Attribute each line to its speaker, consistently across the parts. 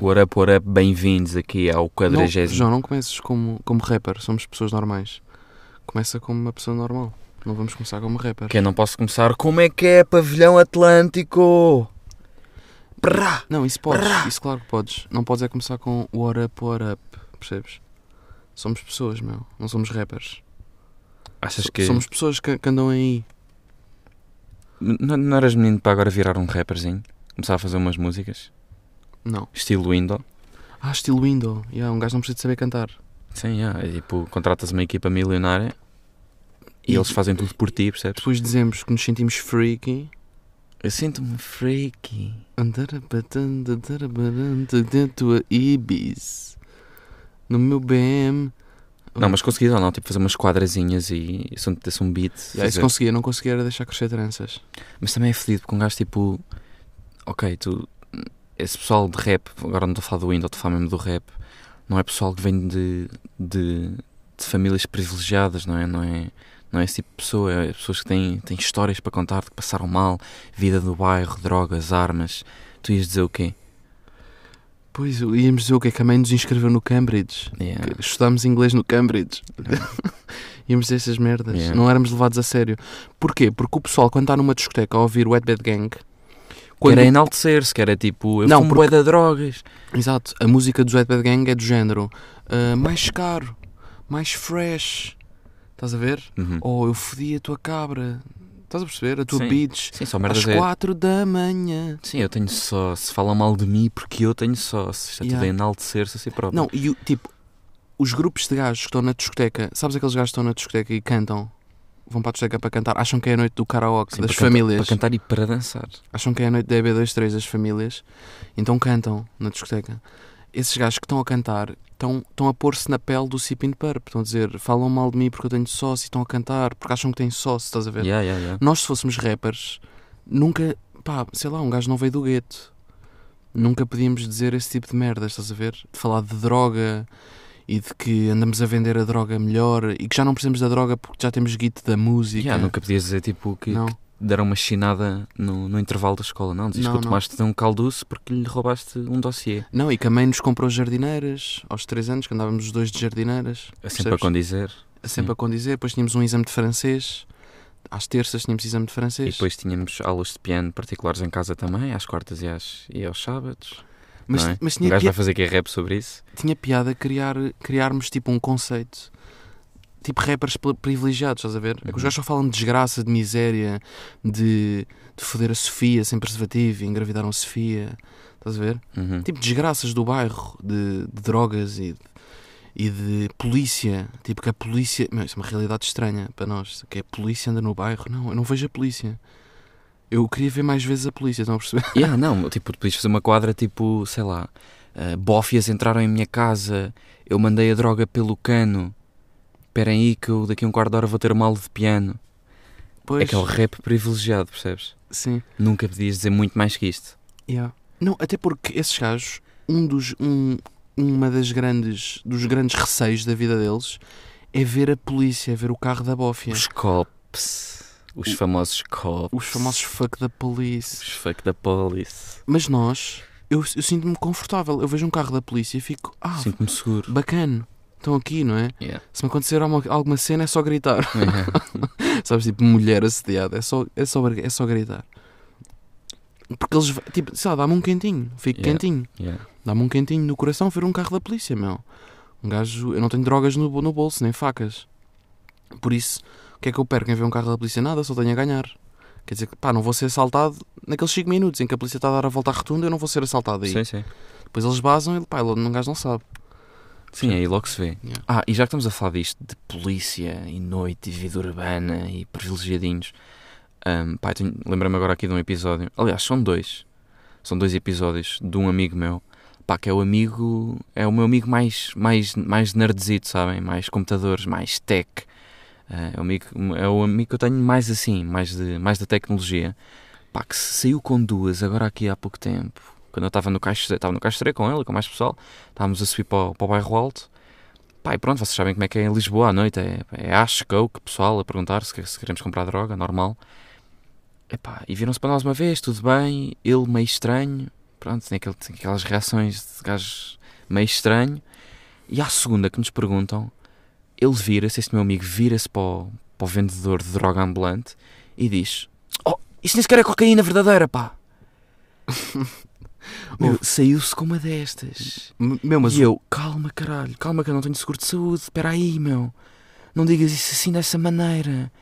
Speaker 1: What up, what up, bem-vindos aqui ao
Speaker 2: Não,
Speaker 1: 40.
Speaker 2: João, não comeces como, como rapper, somos pessoas normais. Começa como uma pessoa normal. Não vamos começar como rapper.
Speaker 1: Que eu não posso começar. Como é que é, pavilhão atlântico? Prá!
Speaker 2: Não, isso podes, isso claro que podes. Não podes é começar com what up, what up, percebes? Somos pessoas, meu, não somos rappers.
Speaker 1: Achas
Speaker 2: So-
Speaker 1: que.
Speaker 2: Somos pessoas que, que andam aí.
Speaker 1: Não, não eras menino para agora virar um rapperzinho? Começar a fazer umas músicas?
Speaker 2: Não.
Speaker 1: Estilo Indo?
Speaker 2: Ah, estilo window. Yeah, um gajo não precisa de saber cantar.
Speaker 1: Sim, yeah. é tipo, contratas uma equipa milionária e,
Speaker 2: E-
Speaker 1: eles fazem tudo por ti, percebes?
Speaker 2: Depois dizemos que nos sentimos freaky.
Speaker 1: Tipo, Eu sinto-me freaky.
Speaker 2: Andarabatan, dadarabarante, Dentro a Ibis. No meu BM.
Speaker 1: Não, mas conseguias ou não? Tipo, fazer umas quadrazinhas e e se não te desse um beat.
Speaker 2: Yeah, isso
Speaker 1: fazer-
Speaker 2: conseguia, não conseguia era deixar crescer tranças.
Speaker 1: Mas também é fedido porque um gajo tipo. Ok, tu. Esse pessoal de rap, agora não estou a falar do Windows, estou a falar mesmo do rap, não é pessoal que vem de, de, de famílias privilegiadas, não é? Não é, não é esse tipo de pessoa, é pessoas que têm, têm histórias para contar de que passaram mal, vida do bairro, drogas, armas. Tu ias dizer o quê?
Speaker 2: Pois, íamos dizer o que é que a mãe nos inscreveu no Cambridge.
Speaker 1: Yeah.
Speaker 2: Que Estudámos inglês no Cambridge. íamos dizer essas merdas.
Speaker 1: Yeah.
Speaker 2: Não éramos levados a sério. Porquê? Porque o pessoal, quando está numa discoteca a ouvir Wet Bad Gang. Quando...
Speaker 1: Que era enaltecer-se, que era tipo, eu
Speaker 2: Não,
Speaker 1: não, fumo bué da drogas.
Speaker 2: Exato, a música dos Wet Bad Gang é do género ah, mais caro, mais fresh. Estás a ver?
Speaker 1: Uhum.
Speaker 2: Ou eu fodi a tua cabra. Estás a perceber? A tua
Speaker 1: Sim.
Speaker 2: bitch.
Speaker 1: Sim, só
Speaker 2: Às
Speaker 1: merdas é...
Speaker 2: quatro da manhã.
Speaker 1: Sim, eu tenho só, se falam mal de mim porque eu tenho só, se está tudo
Speaker 2: Yeah.
Speaker 1: a enaltecer-se a si próprio.
Speaker 2: Não, e o- tipo, os grupos de gajos que estão na discoteca, sabes aqueles gajos que estão na discoteca e cantam? Vão para a discoteca para cantar, acham que é a noite do karaoke
Speaker 1: Sim,
Speaker 2: das
Speaker 1: para cantar-
Speaker 2: famílias,
Speaker 1: Para cantar e para dançar.
Speaker 2: acham que é a noite da EB23 das famílias, então cantam na discoteca. Esses gajos que estão a cantar estão, estão a pôr-se na pele do Sipin Purp, estão a dizer falam mal de mim porque eu tenho sócio e estão a cantar porque acham que têm sócio, estás a ver?
Speaker 1: Yeah, yeah, yeah.
Speaker 2: Nós, se fôssemos rappers, nunca, pá, sei lá, um gajo não veio do gueto. Nunca podíamos dizer esse tipo de merdas, estás a ver? De falar de droga e de que andamos a vender a droga melhor e que já não precisamos da droga porque já temos guito da música.
Speaker 1: Yeah, nunca podias dizer tipo que,
Speaker 2: é. Não.
Speaker 1: que deram uma chinada no, no intervalo da escola, não? Dizes
Speaker 2: Não,
Speaker 1: que o
Speaker 2: não.
Speaker 1: Tomás te deu um calduço porque lhe roubaste um dossiê.
Speaker 2: Não, e que a mãe nos comprou jardineiras aos 3 anos, que andávamos os dois de jardineiras.
Speaker 1: É sempre a Hum.
Speaker 2: percebes? É
Speaker 1: condizer.
Speaker 2: Sempre a condizer. Depois tínhamos um exame de francês. Às terças tínhamos exame de
Speaker 1: E
Speaker 2: francês.
Speaker 1: depois tínhamos aulas de piano particulares em casa também, às quartas e, às, e aos sábados.
Speaker 2: mas,
Speaker 1: não é?
Speaker 2: mas
Speaker 1: O
Speaker 2: tinha,
Speaker 1: gajo
Speaker 2: pia-
Speaker 1: vai fazer aqui rap sobre isso.
Speaker 2: tinha piada criar, criarmos tipo um conceito. Tipo rappers pri- privilegiados, estás a ver? É que os
Speaker 1: Uhum.
Speaker 2: gajos só falam de desgraça, de miséria, de, de foder a Sofia sem preservativo e engravidaram a Sofia, estás a ver?
Speaker 1: Uhum.
Speaker 2: Tipo desgraças do bairro, de, de drogas e de, e de polícia. Tipo que a polícia. Meu, isso é uma realidade estranha para nós. Que a polícia anda no bairro. Não, eu não vejo a polícia. Eu queria ver mais vezes a polícia, estão a perceber?
Speaker 1: Yeah, não, tipo, tu podias fazer uma quadra tipo, sei lá, ah, bófias entraram em minha casa, eu mandei a droga pelo cano, esperem aí que eu daqui a um quarto de hora vou ter uma aula de piano.
Speaker 2: Pois,
Speaker 1: É que é o rap privilegiado, percebes?
Speaker 2: sim.
Speaker 1: Nunca podias dizer muito mais que isto.
Speaker 2: Yeah. Não, até porque esses gajos, um dos, um, uma das grandes, dos grandes receios da vida deles é ver a polícia, é ver o carro da bófia. Os,
Speaker 1: Os cops. Os
Speaker 2: O-
Speaker 1: famosos cops.
Speaker 2: famosos fuck da police.
Speaker 1: Os fuck da police.
Speaker 2: Mas nós, eu, eu sinto-me confortável. Eu vejo um carro da polícia e fico, ah,
Speaker 1: Sinto-me seguro.
Speaker 2: bacana, estão aqui, não é?
Speaker 1: Yeah.
Speaker 2: Se me acontecer alguma, alguma cena é só gritar. Sabes, tipo, mulher assediada, é só, é só, é só gritar. Porque eles, va- tipo, sei lá, dá-me um quentinho, fico
Speaker 1: Yeah.
Speaker 2: quentinho.
Speaker 1: Yeah.
Speaker 2: Dá-me um quentinho no coração ver um carro da polícia, meu. Um gajo. Eu não tenho drogas no, bo- no bolso, nem facas. Por isso, o que é que eu perco em ver um carro da polícia? Nada, só tenho a ganhar. Quer dizer, que, pá, não vou ser assaltado naqueles 5 minutos em que a polícia está a dar a volta à rotunda, eu não vou ser assaltado aí.
Speaker 1: Sim, sim.
Speaker 2: Depois eles basam e, pá, um gajo não sabe.
Speaker 1: Sim, aí logo se vê.
Speaker 2: Yeah.
Speaker 1: Ah, e já que estamos a falar disto de polícia e noite e vida urbana e privilegiadinhos, ahm, pá, eu tenho- lembrei-me agora aqui de um episódio. Aliás, são dois. São dois episódios de um amigo meu. Pá, que é o amigo. É o meu amigo mais, mais, mais nerdzito, sabem? Mais computadores, mais tech. Ah, é, o amigo, é o amigo que eu tenho mais assim, mais, de, mais da tecnologia. Pá, que se saiu com duas agora aqui há pouco tempo. Quando eu estava no Caixa estava no Caixa com ele, com mais pessoal. Estávamos a subir para o, para o bairro alto. Pá, e pronto, vocês sabem como é que é em Lisboa à noite. É, é acho que pessoal a perguntar se, se queremos comprar droga, normal. Epá, e viram-se para nós uma vez, tudo bem. Ele meio estranho, Pronto, tem, aquele- tem aquelas reações de gajo meio estranho. E à segunda que nos perguntam, ele vira-se, este meu amigo vira-se para, o- para o vendedor de droga ambulante e diz: Oh, isso nem sequer é cocaína verdadeira, pá! Meu, saiu-se com uma destas.
Speaker 2: M- Meu, mas
Speaker 1: e eu, calma caralho, calma que eu não tenho seguro de saúde, espera aí, meu. Não digas isso assim dessa maneira.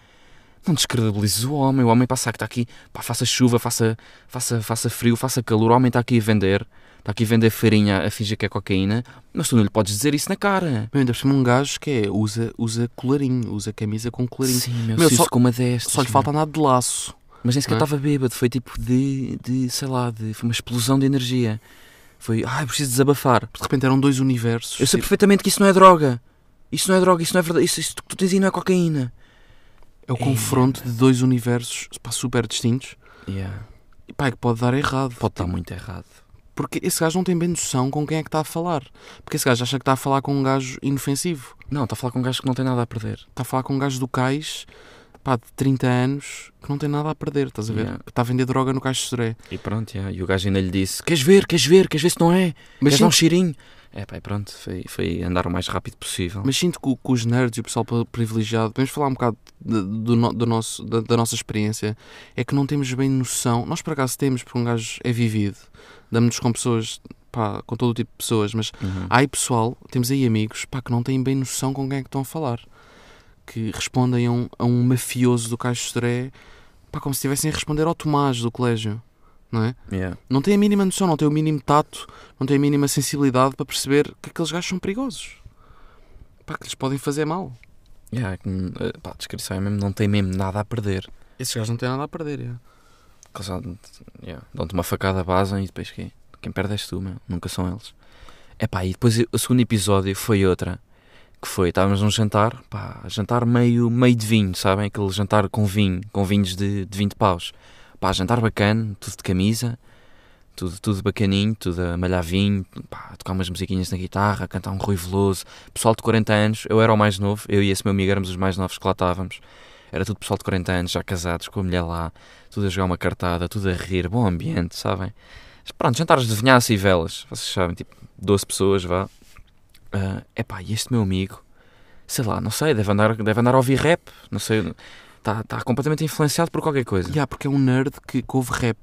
Speaker 1: Não descredibilizes o homem, o homem passa que está aqui, pá, faça chuva, faça, faça, faça frio, faça calor, o homem está aqui a vender, está aqui a vender farinha a fingir que é cocaína, mas tu não lhe podes dizer isso na cara.
Speaker 2: meu, ainda por cima um gajo que é, usa, usa colarinho, usa camisa com colarinho.
Speaker 1: Sim, meu,
Speaker 2: Meu,
Speaker 1: saiu-se
Speaker 2: só-
Speaker 1: com uma destas.
Speaker 2: Só lhe
Speaker 1: meu.
Speaker 2: falta andar de laço.
Speaker 1: Mas nem sequer
Speaker 2: Não é?
Speaker 1: estava bêbado, foi tipo de, de, sei lá, de, foi uma explosão de energia. Foi, ai, preciso desabafar.
Speaker 2: De repente eram dois universos.
Speaker 1: Eu sei perfeitamente que isso não é droga. Isso não é droga, isso não é verdade. Isso, isso que tu tens aí não é cocaína.
Speaker 2: É o confronto de dois universos pá, super distintos. E pá, é que pode dar errado.
Speaker 1: Pode estar muito errado.
Speaker 2: Porque esse gajo não tem bem noção com quem é que está a falar. Porque esse gajo acha que está a falar com um gajo inofensivo.
Speaker 1: Não, está a falar com um gajo que não tem nada a perder.
Speaker 2: Está a falar com um gajo do cais, pá, de 30 anos, que não tem nada a perder, estás a ver?
Speaker 1: Yeah.
Speaker 2: Que está a vender droga no cais de Soré.
Speaker 1: E pronto, yeah. e o gajo ainda lhe disse: Queres ver, queres ver, queres ver se não é?
Speaker 2: Mas
Speaker 1: queres dar um
Speaker 2: sinto,
Speaker 1: cheirinho? É pá, e pronto, foi, foi andar o mais rápido possível.
Speaker 2: mas sinto que, o- que os nerds e o pessoal privilegiado, podemos falar um bocado de- do, no- do nosso, da, da nossa experiência, é que não temos bem noção. Nós, por acaso, temos, porque um gajo é vivido. Damos-nos com pessoas, pá, com todo o tipo de pessoas, mas
Speaker 1: Uhum.
Speaker 2: Aí pessoal, temos aí amigos pá, que não têm bem noção com quem é que estão a falar. Que respondem a um, a um mafioso do Caixo Soré, pá, como se estivessem a responder ao Tomás do colégio. Não, é?
Speaker 1: Yeah.
Speaker 2: não têm a mínima noção, não têm o mínimo tato, não têm a mínima sensibilidade para perceber que aqueles gajos são perigosos. Pá, que lhes podem fazer mal.
Speaker 1: Yeah, que, hum, eh, pá, a descrição é mesmo, não tem mesmo nada a perder.
Speaker 2: Esses gajos não têm nada a perder. é.
Speaker 1: Que eles dão- yeah, Dão-te uma facada, basam e depois quê? Quem perde és tu, meu. Nunca são eles. É pá, e depois o segundo episódio foi outra. Que foi, estávamos num jantar, pá, jantar meio, meio de vinho, sabem? Aquele jantar com vinho, com vinhos de, de 20 paus. Pá, jantar bacana, tudo de camisa, tudo, tudo bacaninho, tudo a malhar vinho, pá, a tocar umas musiquinhas na guitarra, a cantar um Rui Veloso. Pessoal de 40 anos, eu era o mais novo, eu e esse meu amigo éramos os mais novos que lá estávamos. Era tudo pessoal de 40 anos, já casados, com a mulher lá, tudo a jogar uma cartada, tudo a rir, bom ambiente, sabem? Mas Pronto, jantares de vinhaça e velas, vocês sabem, tipo, 12 pessoas, vá. Ah, epá, e este meu amigo, sei lá, não sei, deve andar, deve andar a ouvir rap, não sei, está tá completamente influenciado por qualquer coisa.
Speaker 2: Yeah, porque é um nerd que, que ouve rap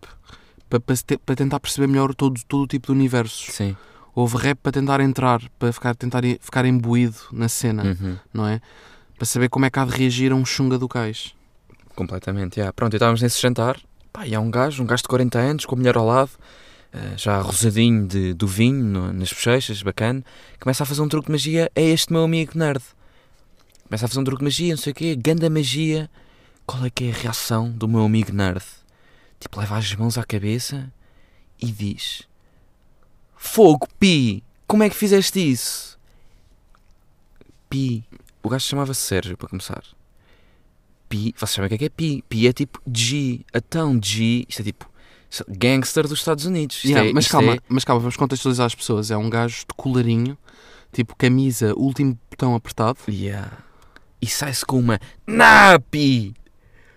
Speaker 2: para, para, se ter- para tentar perceber melhor todo, todo o tipo de universos.
Speaker 1: Sim.
Speaker 2: Ouve rap para tentar entrar, para ficar, tentar, ficar imbuído na cena.
Speaker 1: Uhum.
Speaker 2: não é? Para saber como é que há de reagir a um chunga do cais.
Speaker 1: Completamente, yeah. pronto, e estávamos nesse jantar, pá, e há um gajo, um gajo de 40 anos, com a mulher ao lado, eh, já rosadinho de, do vinho, no- nas bochechas, bacana, começa a fazer um truque de magia a este meu amigo nerd. Começa a fazer um truque de magia, não sei o quê, ganda magia. Qual é que é a reação do meu amigo nerd? Tipo, leva as mãos à cabeça e diz: Fogo, Pi, como é que fizeste isso? Pi. O gajo chamava-se Sérgio, para começar. Pi, vocês sabem o que é que é Pi? Pi é tipo G, então G, isto é tipo gangster dos Estados Unidos. Isto
Speaker 2: Yeah,
Speaker 1: é-
Speaker 2: mas
Speaker 1: isto
Speaker 2: calma,
Speaker 1: é-
Speaker 2: mas calma, vamos contextualizar as pessoas. É um gajo de colarinho, tipo camisa, último botão apertado,
Speaker 1: Yeah. E sai-se com uma NAPI!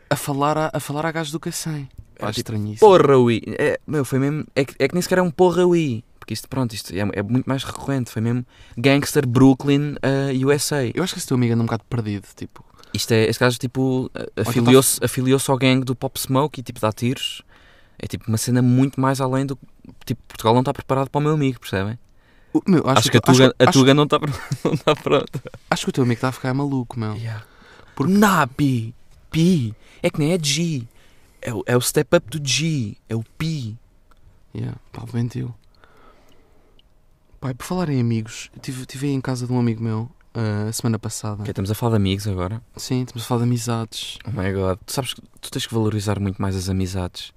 Speaker 2: a falar a, a, falar a gajo do cacém.
Speaker 1: É
Speaker 2: Pá,
Speaker 1: tipo,
Speaker 2: estranhíssimo.
Speaker 1: Porra, ui! É, meu, foi mesmo. É que, é que nem sequer é um porra, ui! Porque isto, pronto, isto é, é muito mais recorrente. Foi mesmo Gangster Brooklyn ah, USA.
Speaker 2: Eu acho que esse teu amigo anda um bocado perdido, tipo.
Speaker 1: Isto é, este gajo, tipo, ah,
Speaker 2: tá-
Speaker 1: afiliou-se afiliou ao gangue do Pop Smoke e, tipo, dá tiros. É tipo uma cena muito mais além do. Tipo, Portugal não está preparado para o meu amigo, percebem?
Speaker 2: o- Meu, acho,
Speaker 1: Acho, que a
Speaker 2: acho,
Speaker 1: Tuga, a
Speaker 2: acho-
Speaker 1: Tuga não está pre- não está pronta.
Speaker 2: acho que o teu amigo está a ficar maluco, meu.
Speaker 1: Porque... NAPI! Pi! É que nem é G. É, o- é o step up do G. É o Pi.
Speaker 2: Yeah, pá, doentio. Pai, por falar em amigos, eu tive, tive aí em casa de um amigo meu ah, a semana passada.
Speaker 1: Ok, estamos a falar de amigos agora.
Speaker 2: Sim, estamos a falar de amizades.
Speaker 1: Oh my god. Tu sabes que tu tens que valorizar muito mais as amizades.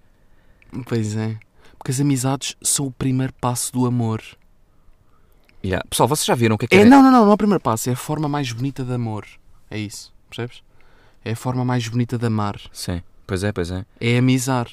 Speaker 2: Pois é. Porque as amizades são o primeiro passo do amor.
Speaker 1: Yeah. Pessoal, vocês já viram o que é que
Speaker 2: É,
Speaker 1: é?
Speaker 2: não, não, não, não é o primeiro passo, é a forma mais bonita de amor. É isso, percebes? É a forma mais bonita de amar.
Speaker 1: Sim, pois é, pois é.
Speaker 2: É amizar.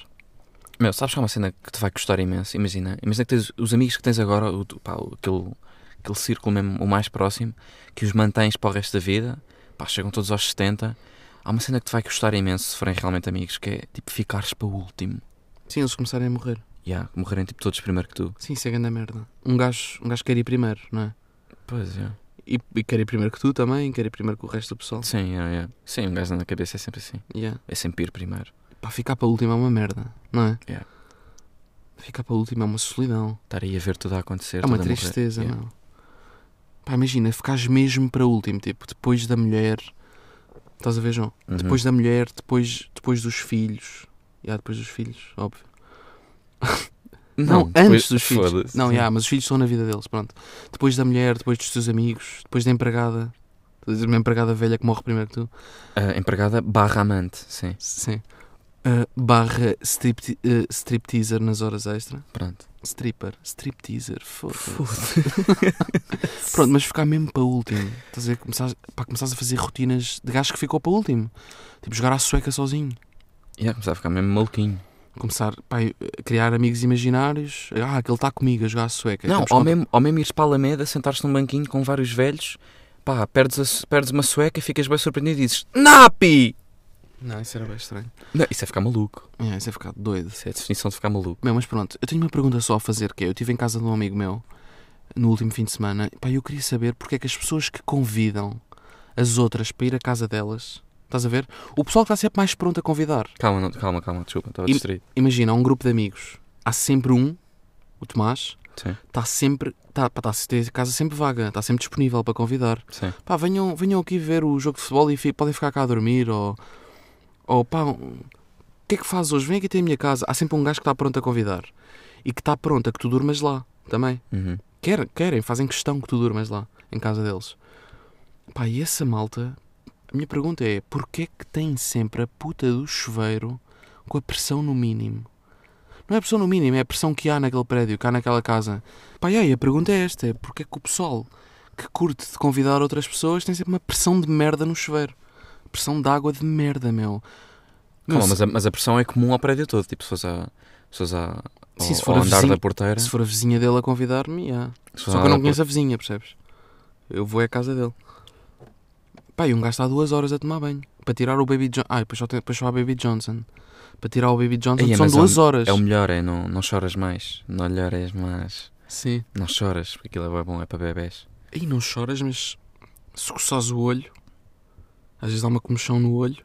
Speaker 1: Meu, sabes que há uma cena que te vai custar imenso? Imagina, imagina que tens os amigos que tens agora, o, tu- pá, o- aquele, aquele círculo mesmo, o mais próximo, que os mantens para o resto da vida, pá, chegam todos aos 70. Há uma cena que te vai custar imenso se forem realmente amigos, que é tipo ficares para o último.
Speaker 2: Sim, eles começarem a morrer.
Speaker 1: yeah, morrerem tipo todos primeiro que tu.
Speaker 2: Sim, isso é grande merda. Um gajo, um gajo quer ir primeiro, não é?
Speaker 1: Pois é.
Speaker 2: E, e quer ir primeiro que tu também, quer ir primeiro que o resto do pessoal.
Speaker 1: Sim, yeah, yeah. Sim, um gajo na cabeça é sempre assim.
Speaker 2: Yeah.
Speaker 1: É sempre ir primeiro.
Speaker 2: Pá, ficar para a última é uma merda, não é?
Speaker 1: Yeah.
Speaker 2: Ficar para a última é uma solidão.
Speaker 1: Estar aí a ver tudo a acontecer.
Speaker 2: É uma
Speaker 1: tudo a morrer.
Speaker 2: tristeza,
Speaker 1: Yeah.
Speaker 2: não. Pá, imagina, ficares mesmo para último, tipo, depois da mulher. Estás a ver, João?
Speaker 1: Uhum.
Speaker 2: Depois da mulher, depois, depois dos filhos. Já, depois dos filhos, óbvio. Não, antes
Speaker 1: depois-
Speaker 2: dos filhos.
Speaker 1: Foda-se.
Speaker 2: Não, já, mas os filhos são na vida deles, pronto. Depois da mulher, depois dos teus amigos, depois da empregada. Estás a dizer, Uma empregada velha que morre primeiro que tu.
Speaker 1: Ah, empregada barra amante, sim.
Speaker 2: Sim. Ah, barra stripti- ah, stripteaser nas horas extra.
Speaker 1: Pronto.
Speaker 2: Stripper, stripteaser, foda-se. Pronto, mas ficar mesmo para último. Estás a ver, começares, pá, começares a fazer rotinas de gajo que ficou para último. Tipo, jogar à sueca sozinho.
Speaker 1: Yeah, começava a ficar mesmo maluquinho.
Speaker 2: Começar pá, a criar amigos imaginários. Ah, aquele está comigo a jogar à sueca.
Speaker 1: Não,
Speaker 2: Temos
Speaker 1: ao
Speaker 2: conta-
Speaker 1: mesmo, ao mesmo ires para a Alameda, sentares num banquinho com vários velhos, pá, perdes, a- perdes uma sueca, ficas bem surpreendido e dizes NAPI!
Speaker 2: Não, isso era bem estranho.
Speaker 1: Não, isso é ficar maluco.
Speaker 2: É, isso é ficar doido.
Speaker 1: Isso é a definição de ficar maluco.
Speaker 2: Meu, mas pronto, eu tenho uma pergunta só a fazer, que é, eu estive em casa de um amigo meu no último fim de semana, pá, eu queria saber porque é que as pessoas que convidam as outras para ir à casa delas, estás a ver? O pessoal que está sempre mais pronto a convidar.
Speaker 1: Calma, não, calma, calma, desculpa, estava
Speaker 2: E-
Speaker 1: distraído.
Speaker 2: Imagina, há um grupo de amigos, há sempre um, o Tomás,
Speaker 1: Sim,
Speaker 2: está sempre, está, pá, está tem a casa sempre vaga, está sempre disponível para convidar.
Speaker 1: sim.
Speaker 2: Pá, venham, venham aqui ver o jogo de futebol e fi- podem ficar cá a dormir, ou, ou pá, um, o que é que fazes hoje? Vem aqui ter a minha casa. Há sempre um gajo que está pronto a convidar e que está pronto a que tu durmas lá também.
Speaker 1: Uhum.
Speaker 2: Querem, querem, fazem questão que tu durmas lá, em casa deles. Pá, e essa malta, a minha pergunta é: porquê é que tem sempre a puta do chuveiro com a pressão no mínimo? Não é a pressão no mínimo, é a pressão que há naquele prédio, que há naquela casa. Pá, e aí, a pergunta é esta: é porquê é que o pessoal que curte de convidar outras pessoas tem sempre uma pressão de merda no chuveiro? Pressão de água de merda, meu. Meu,
Speaker 1: Calma,
Speaker 2: se-
Speaker 1: mas a, mas a pressão é comum ao prédio todo. Tipo, se fores, a, se fores a, ao,
Speaker 2: Sim, se for
Speaker 1: ao
Speaker 2: a
Speaker 1: andar
Speaker 2: vizinha-
Speaker 1: da porteira.
Speaker 2: se for a vizinha dele a convidar-me, já.
Speaker 1: se fores
Speaker 2: Só
Speaker 1: ao
Speaker 2: que eu
Speaker 1: andar
Speaker 2: não
Speaker 1: da
Speaker 2: conheço a vizinha, percebes? Eu vou é à casa dele. Pá, e um gajo está há duas horas a tomar banho. Para tirar o Baby Johnson. Ah, e depois só, tem- depois só há Baby Johnson. Para tirar o Baby Johnson
Speaker 1: Ei, é,
Speaker 2: são
Speaker 1: mas é
Speaker 2: duas
Speaker 1: um-
Speaker 2: horas.
Speaker 1: É o melhor, é não, não choras mais, não olhares mais,
Speaker 2: Sim.
Speaker 1: não choras, porque aquilo é bué bom, é para bebés.
Speaker 2: Aí não choras, mas se coçares o olho, às vezes há uma comichão no olho.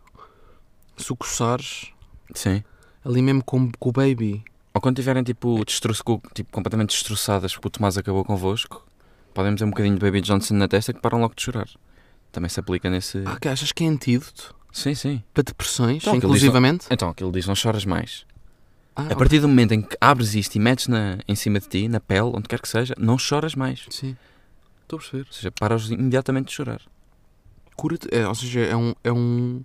Speaker 2: Se o coçares,
Speaker 1: Sim.
Speaker 2: ali mesmo com, com o Baby.
Speaker 1: Ou quando tiverem tipo, destroço, com- tipo completamente destroçadas porque o Tomás acabou convosco, podem meter um bocadinho de Baby Johnson na testa que param logo de chorar. Também se aplica nesse.
Speaker 2: Ah, que achas que é antídoto?
Speaker 1: Sim, sim.
Speaker 2: Para depressões,
Speaker 1: Então, aquilo diz- É
Speaker 2: inclusivamente?
Speaker 1: Então aquilo diz: não choras mais.
Speaker 2: Ah,
Speaker 1: A partir do momento em que abres isto e metes na, em cima de ti, na pele, onde quer que seja, não choras mais.
Speaker 2: Sim. Estou a perceber.
Speaker 1: Ou seja, paras imediatamente de chorar.
Speaker 2: Cura é, ou seja, é um, é, um,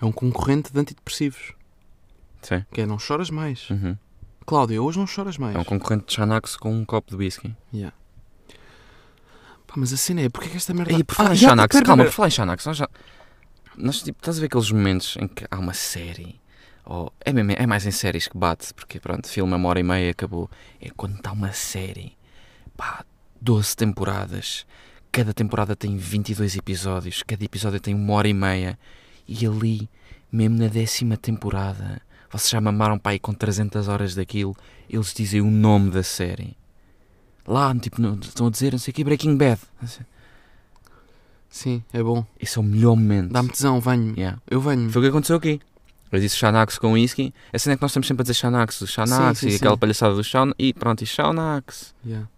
Speaker 2: é um concorrente de antidepressivos.
Speaker 1: Sim.
Speaker 2: Que é não choras mais.
Speaker 1: Uhum.
Speaker 2: Cláudio, hoje não choras mais.
Speaker 1: É um concorrente de Xanax com um copo de whisky.
Speaker 2: Yeah. Pá, mas a cena é, porque é que esta merda...
Speaker 1: E por falar em
Speaker 2: já,
Speaker 1: Xanax,
Speaker 2: pera,
Speaker 1: calma, por
Speaker 2: pera.
Speaker 1: falar em Xanax, nós já. Nós, tipo, estás a ver aqueles momentos em que há uma série, ou é, mesmo- é mais em séries que bate, porque pronto, filme é uma hora e meia, acabou. É quando está uma série, pá, 12 temporadas, cada temporada tem 22 episódios, cada episódio tem uma hora e meia, e ali, mesmo na décima temporada, vocês já mamaram pá aí com 300 horas daquilo, eles dizem o nome da série. Lá, tipo, no- estão a dizer, não sei o que, Breaking Bad.
Speaker 2: Sim, é bom.
Speaker 1: Esse é o melhor momento.
Speaker 2: Dá-me tesão, venho.
Speaker 1: Yeah.
Speaker 2: Eu venho.
Speaker 1: Foi o que aconteceu aqui. Eu disse Xanax com whisky. A cena é que nós estamos sempre a dizer Xanax, o Xanax
Speaker 2: Sim,
Speaker 1: e
Speaker 2: sim,
Speaker 1: aquela
Speaker 2: sim.
Speaker 1: palhaçada do Xanax. E pronto, e Xanax.
Speaker 2: Yeah.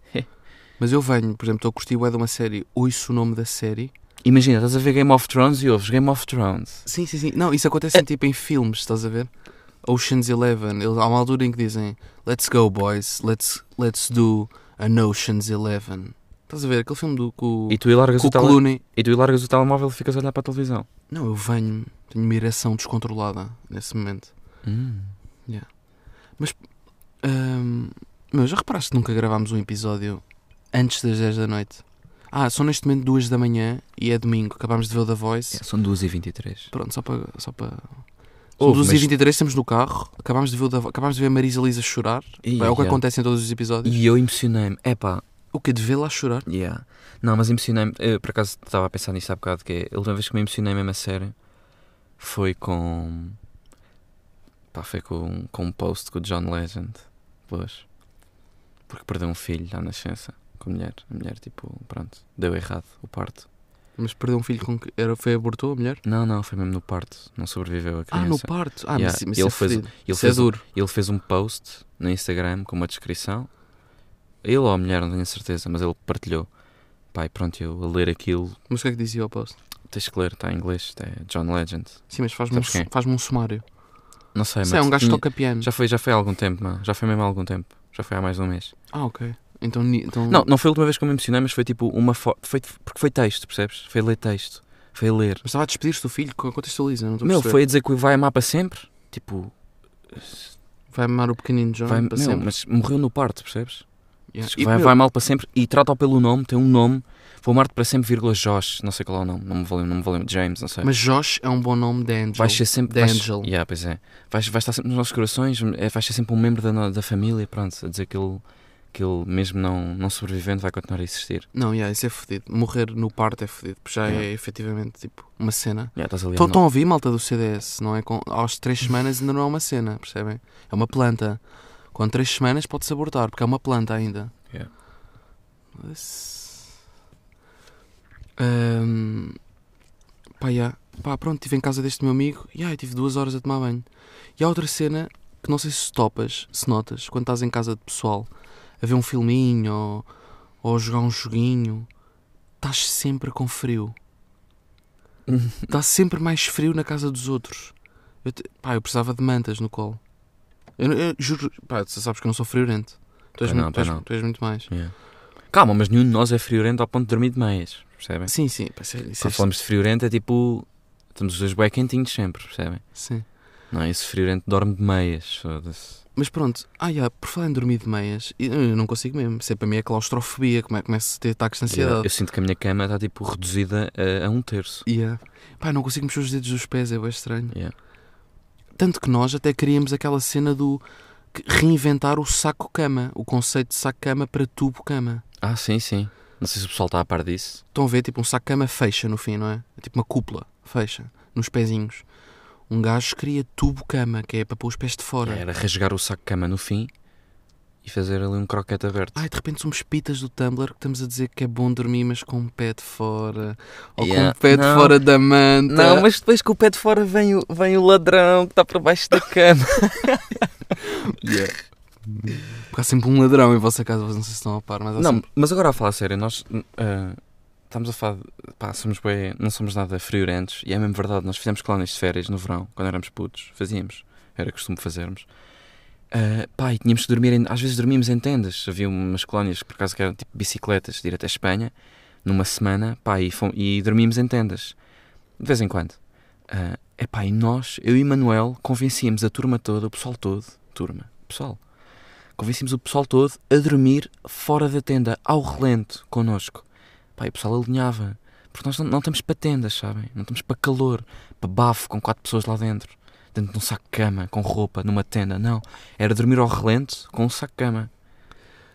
Speaker 2: mas eu venho, por exemplo, estou a curtir bué de uma série, ouço o nome da série.
Speaker 1: Imagina, estás a ver Game of Thrones e ouves Game of Thrones.
Speaker 2: Sim, sim, sim. Não, isso acontece
Speaker 1: É-
Speaker 2: em, tipo em filmes, estás a ver? Ocean's Eleven, eles, há uma altura em que dizem Let's go boys, let's, let's do an Ocean's Eleven. Estás a ver? Aquele filme do, com,
Speaker 1: E tu tá e largas, o,
Speaker 2: com o
Speaker 1: tele...
Speaker 2: Clooney.
Speaker 1: e tu e largas o telemóvel e ficas a olhar para a televisão.
Speaker 2: Não, eu venho, tenho uma ereção descontrolada nesse momento.
Speaker 1: Hum.
Speaker 2: Ahm, meu, já reparaste que nunca gravámos um episódio antes das 10 da noite? Ah, são neste momento 2 da manhã e é domingo, acabámos de ver o The Voice.
Speaker 1: É, são 2h23.
Speaker 2: Pronto, só para. Só para... São
Speaker 1: Ouve,
Speaker 2: 12
Speaker 1: mas-
Speaker 2: e 23 estamos no carro, acabámos de ver, o The Vo- acabámos de ver a Marisa Lisa chorar.
Speaker 1: Ih,
Speaker 2: é o que
Speaker 1: yeah.
Speaker 2: acontece em todos os episódios.
Speaker 1: E eu emocionei-me. É pá,
Speaker 2: O que de vê-la chorar?
Speaker 1: yeah. Não, mas emocionei-me. Eu, por acaso estava a pensar nisso há bocado. Que é, a última vez que me emocionei mesmo a sério foi com. Pá, foi com, com um post com o John Legend. pessoas. Porque perdeu um filho à nascença com a mulher. A mulher, tipo, pronto, deu errado o parto.
Speaker 2: Mas perdeu um filho com que era, foi abortou a mulher?
Speaker 1: Não, não, foi mesmo no parto. Não sobreviveu a
Speaker 2: Ah, no
Speaker 1: criança.
Speaker 2: parto. Ah,
Speaker 1: Yeah,
Speaker 2: mas, mas
Speaker 1: ele
Speaker 2: isso é
Speaker 1: fez-
Speaker 2: fedido.
Speaker 1: ele
Speaker 2: Isso é
Speaker 1: fez um-
Speaker 2: duro.
Speaker 1: Ele fez um post no Instagram com uma descrição. Ele ou a mulher, não tenho certeza, mas ele partilhou. Pai, pronto, eu a ler aquilo.
Speaker 2: Mas o que é que dizia o post?
Speaker 1: Tens que ler, está em inglês, isto é John Legend.
Speaker 2: Sim, mas faz-me um,
Speaker 1: Sabes quem é?
Speaker 2: su- faz-me um sumário.
Speaker 1: Não sei,
Speaker 2: Isso
Speaker 1: mas
Speaker 2: é um gajo que
Speaker 1: tinha-
Speaker 2: toca piano.
Speaker 1: já foi, já foi há algum tempo, mano. Já foi mesmo há algum tempo. Já foi há mais de um mês.
Speaker 2: Ah, ok. Então, ni- então...
Speaker 1: Não, não foi a última vez que eu me emocionei, mas foi tipo uma foto. Foi, porque foi texto, percebes? Foi ler texto. Foi ler.
Speaker 2: Mas estava a despedir-se do filho, co- contextualiza, não estou a
Speaker 1: Meu,
Speaker 2: perceber.
Speaker 1: foi a dizer que vai a mapa sempre. Tipo,
Speaker 2: Vai amar o pequenino John
Speaker 1: vai,
Speaker 2: para
Speaker 1: meu,
Speaker 2: sempre.
Speaker 1: mas morreu no parto, percebes?
Speaker 2: Yeah.
Speaker 1: Diz que
Speaker 2: E,
Speaker 1: vai,
Speaker 2: meu,
Speaker 1: vai mal para sempre e trata-o pelo nome, tem um nome. Vou amar-te para sempre, vírgula Josh. Não sei qual é o nome, não me valeu, não me valeu. James, não sei.
Speaker 2: Mas Josh é um bom nome de Angel.
Speaker 1: vai ser sempre.
Speaker 2: The
Speaker 1: Vais,
Speaker 2: Angel.
Speaker 1: Yeah, pois é. Vais, vais estar sempre nos nossos corações, é, vais ser sempre um membro da, no- da família, pronto, a dizer que ele, que ele mesmo não, não sobrevivendo, vai continuar a existir.
Speaker 2: Não, yeah, isso é fodido. Morrer no parto é fodido, porque já é
Speaker 1: Yeah.
Speaker 2: efetivamente tipo uma cena.
Speaker 1: Yeah, estás ali
Speaker 2: Estão
Speaker 1: a-
Speaker 2: estão a ouvir, malta do CDS, não é? Com, aos três semanas ainda não é uma cena, percebem? É uma planta. Com três semanas pode-se abortar, porque é uma planta ainda.
Speaker 1: Yeah.
Speaker 2: Mas- Ahm, Pá, yeah. Pá, pronto, estive em casa deste meu amigo e ai, tive duas horas a tomar banho. E há outra cena que não sei se topas, se notas, quando estás em casa de pessoal a ver um filminho ou, ou a jogar um joguinho, estás sempre com frio. Está sempre mais frio na casa dos outros. Eu, te- pá, eu precisava de mantas no colo. Eu, não- eu juro, pá, tu sabes que eu não sou friorento. Tu és,
Speaker 1: Pois não,
Speaker 2: muito, tu
Speaker 1: pois
Speaker 2: és-
Speaker 1: não.
Speaker 2: tu és muito mais.
Speaker 1: Yeah. Calma, mas nenhum de nós é friorento ao ponto de dormir de meias, percebem?
Speaker 2: Sim, sim, pá, isso é- isso é-
Speaker 1: Quando falamos de friorento é tipo. Estamos os dois bem quentinhos sempre, percebem?
Speaker 2: sim.
Speaker 1: Não, esse friorento dorme de meias, foda-se.
Speaker 2: Mas pronto, ah, yeah, por falar em dormir de meias, eu não consigo mesmo. Isso é para mim é claustrofobia, como é começo a ter ataques de
Speaker 1: Eu
Speaker 2: ansiedade.
Speaker 1: sinto que a minha cama está tipo reduzida a, a um terço.
Speaker 2: Yeah. Pá, não consigo mexer os dedos dos pés, é bem estranho.
Speaker 1: Yeah.
Speaker 2: Tanto que nós até queríamos aquela cena do que- reinventar o saco-cama, o conceito de saco-cama para tubo-cama.
Speaker 1: Ah, sim, sim. Não sei se o pessoal está a par disso.
Speaker 2: Estão a ver, tipo, um saco-cama fecha no fim, não é? É tipo uma cúpula, fecha, nos pezinhos. Um gajo cria tubo-cama, que é para pôr os pés de fora.
Speaker 1: Era rasgar o saco de cama no fim e fazer ali um croquete aberto.
Speaker 2: Ai, de repente somos pitas do Tumblr que estamos a dizer que é bom dormir, mas com o pé de fora. Ou
Speaker 1: Yeah.
Speaker 2: com o pé de
Speaker 1: Não.
Speaker 2: fora da manta.
Speaker 1: mas depois com o pé de fora vem o, vem o ladrão que está para baixo da cama.
Speaker 2: Yeah. Porque há sempre um ladrão em vossa casa, vocês não sei se estão a par, mas assim- há
Speaker 1: Não,
Speaker 2: sempre-
Speaker 1: mas agora a falar sério, nós ah, estamos a falar. de- Pá, somos bem, não somos nada friorentos e é mesmo verdade. Nós fizemos colónias de férias no verão, quando éramos putos, fazíamos, era costume fazermos. Ah, pá, e tínhamos que dormir, em- às vezes dormimos em tendas. Havia umas colónias, por acaso, que eram tipo bicicletas, de ir até Espanha, numa semana, pá, e, fom- e dormimos em tendas, de vez em quando. Ah, epá, e nós, eu e Manuel, convencíamos a turma toda, o pessoal todo, turma, pessoal, convencíamos o pessoal todo a dormir fora da tenda, ao relento, connosco. Pá, e o pessoal alinhava. Porque nós não, não estamos para tendas, sabem? Não estamos para calor, para bafo, com quatro pessoas lá dentro. Dentro de um saco de cama, com roupa, numa tenda. Não. Era dormir ao relento com um saco de cama.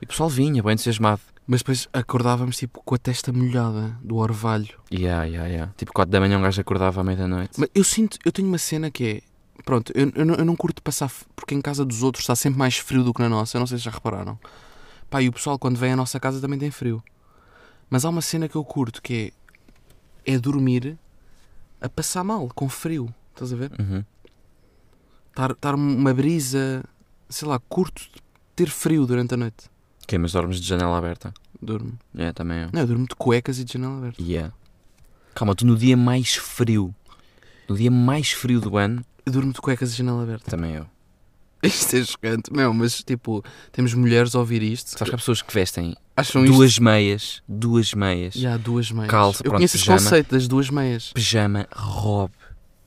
Speaker 1: E o pessoal vinha, bem entusiasmado.
Speaker 2: Mas depois acordávamos tipo com a testa molhada do orvalho.
Speaker 1: Yeah, yeah, yeah. Tipo, quatro da manhã um gajo acordava à meia-noite.
Speaker 2: Mas eu sinto, eu tenho uma cena que é. Pronto, eu, eu, não, eu não curto passar. f- Porque em casa dos outros está sempre mais frio do que na nossa. Eu não sei se já repararam. Pá, e o pessoal quando vem à nossa casa também tem frio. Mas há uma cena que eu curto que é. É dormir a passar mal, com frio. Estás a ver?
Speaker 1: Uhum.
Speaker 2: Estar estar uma brisa. Sei lá, curto ter frio durante a noite.
Speaker 1: Ok, é, mas dormes de janela aberta.
Speaker 2: Durmo.
Speaker 1: É, também eu.
Speaker 2: Não, eu durmo de cuecas e de janela aberta.
Speaker 1: Yeah. Calma, tu no dia mais frio, no dia mais frio do ano,
Speaker 2: Eu durmo de cuecas e janela aberta.
Speaker 1: também eu.
Speaker 2: Isto é chocante. Não, mas tipo, temos mulheres a ouvir isto.
Speaker 1: Sabes que há pessoas que vestem
Speaker 2: Acham
Speaker 1: duas meias, duas meias,
Speaker 2: isto. Já há duas meias.
Speaker 1: Calça,
Speaker 2: Eu
Speaker 1: pronto,
Speaker 2: conheço este
Speaker 1: pijama.
Speaker 2: conceito das duas meias.
Speaker 1: pijama, robe,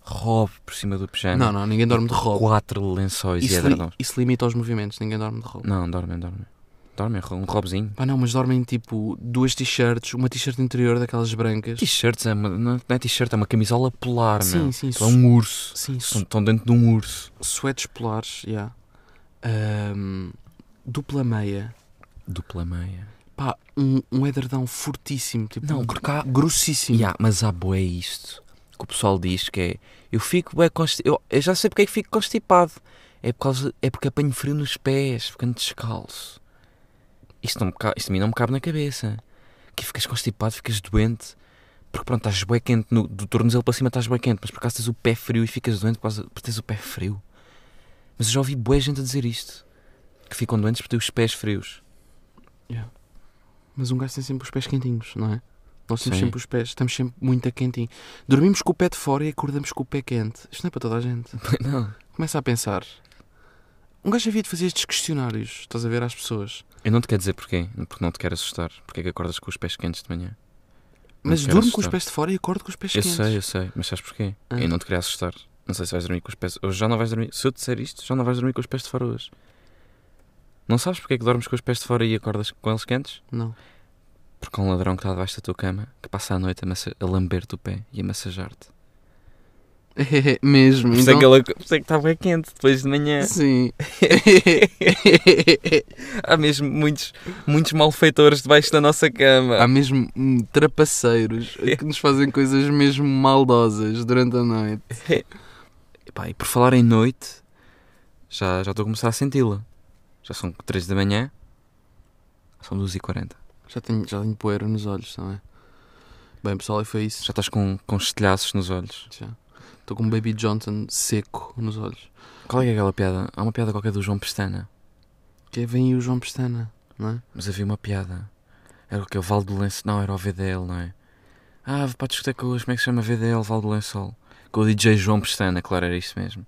Speaker 1: robe por cima do pijama. Tipo,
Speaker 2: Não, não, ninguém dorme de rolo.
Speaker 1: Quatro lençóis e
Speaker 2: Isso, li-
Speaker 1: edredons.
Speaker 2: isso limita aos movimentos, ninguém dorme de rolo.
Speaker 1: Não, dormem, dormem. Dormem, um robezinho.
Speaker 2: Pá, não, mas dormem tipo duas t-shirts, uma t-shirt interior daquelas brancas.
Speaker 1: T-shirts, é uma- não é t-shirt, é uma camisola polar,
Speaker 2: Sim,
Speaker 1: meu.
Speaker 2: sim,
Speaker 1: Aquilo
Speaker 2: su-
Speaker 1: É um urso.
Speaker 2: Sim,
Speaker 1: Estão,
Speaker 2: su
Speaker 1: estão dentro de um urso.
Speaker 2: suetes polares, já. Ahm, dupla meia.
Speaker 1: Dupla meia.
Speaker 2: Pá, um, um edredão fortíssimo, tipo,
Speaker 1: Não,
Speaker 2: um
Speaker 1: porque há,
Speaker 2: grossíssimo.
Speaker 1: Ya, mas há boé isto que o pessoal diz que é eu fico bué consti- eu, eu já sei porque é que fico constipado. É, por causa, é porque apanho frio nos pés, ficando descalço. Isto, não me ca- isto a mim não me cabe na cabeça. Que ficas constipado, ficas doente. Porque pronto, estás bué quente, no, do tornozelo para cima estás bué quente, mas por acaso tens o pé frio e ficas doente por, causa, por teres o pé frio. Mas eu já ouvi bué gente a dizer isto. Que ficam doentes por ter os pés frios.
Speaker 2: Mas um gajo tem sempre os pés quentinhos, não é? Nós temos
Speaker 1: Sim.
Speaker 2: sempre os pés, estamos sempre muito a quentinho. Dormimos com o pé de fora e acordamos com o pé quente. Isto não é para toda a gente.
Speaker 1: Não.
Speaker 2: Começa a pensar. Um gajo havia de fazer estes questionários, estás a ver, às pessoas.
Speaker 1: Eu não te quero dizer porquê, porque não te quero assustar. Porque é que acordas com os pés quentes de manhã? Não
Speaker 2: Mas
Speaker 1: te quero
Speaker 2: durmo com os
Speaker 1: assustar.
Speaker 2: pés de fora e acordo com os pés
Speaker 1: Eu
Speaker 2: quentes.
Speaker 1: sei, eu sei, mas sabes porquê?
Speaker 2: Ah.
Speaker 1: Eu não te queria assustar. Não sei se vais dormir com os pés. Hoje já não vais dormir. Se eu te disser isto, já não vais dormir com os pés de fora hoje. Não sabes porque é que dormes com os pés de fora e acordas com eles quentes?
Speaker 2: Não.
Speaker 1: Porque há um ladrão que está debaixo da tua cama que passa a noite a, massa- a lamber-te o pé e a massajar-te.
Speaker 2: É, mesmo.
Speaker 1: Por isso é que ela- por isso é que está bem quente depois de manhã.
Speaker 2: Sim.
Speaker 1: Há mesmo muitos, muitos malfeitores debaixo da nossa cama.
Speaker 2: Há mesmo hum, trapaceiros que nos fazem coisas mesmo maldosas durante a noite.
Speaker 1: Epá, e por falar em noite, já já estou a começar a senti-la. Já são 3 da manhã, são 2h40.
Speaker 2: Já tenho, já tenho poeira nos olhos também. Bem, pessoal, e foi isso.
Speaker 1: Já estás com, com estilhaços nos olhos.
Speaker 2: Já. Estou com um Baby Johnson seco nos olhos.
Speaker 1: Qual é que é aquela piada? Há uma piada qualquer do João Pestana.
Speaker 2: Que é, vem aí o João Pestana, não é?
Speaker 1: Mas havia uma piada. Era o que? O Val do Lençol. Não, era o VDL, não é? Ah, vou para a discoteca hoje. Como é que se chama VDL, Val do Lençol? Com o DJ João Pestana, claro, era isso mesmo.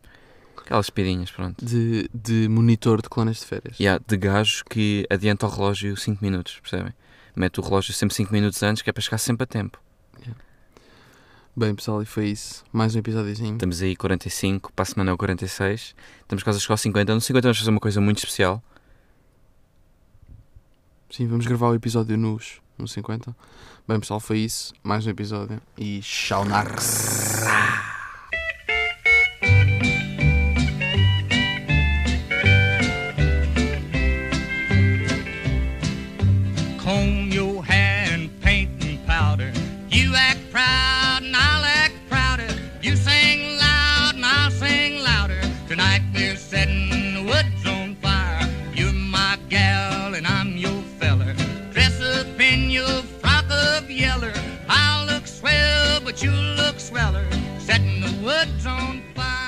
Speaker 1: Aquelas piadinhas, pronto.
Speaker 2: De, de monitor de clones de férias.
Speaker 1: E há de gajo que adianta o relógio 5 minutos, percebem? Mete o relógio sempre 5 minutos antes, que é para chegar sempre a tempo.
Speaker 2: Bem, pessoal, e foi isso. Mais um episódiozinho.
Speaker 1: Estamos aí 45, para a semana é o 46. Estamos quase a chegar aos 50. No 50 vamos fazer uma coisa muito especial.
Speaker 2: Sim, vamos gravar o episódio nos, nos 50. Bem, pessoal, foi isso. Mais um episódio. E tchau, Narcs.
Speaker 3: comb your hair and paint and powder. You act proud and I'll act prouder. You sing loud and I'll sing louder. Tonight we're setting the woods on fire. You're my gal and I'm your feller. Dress up in your frock of yeller. I'll look swell, but you look sweller. Setting the woods on fire.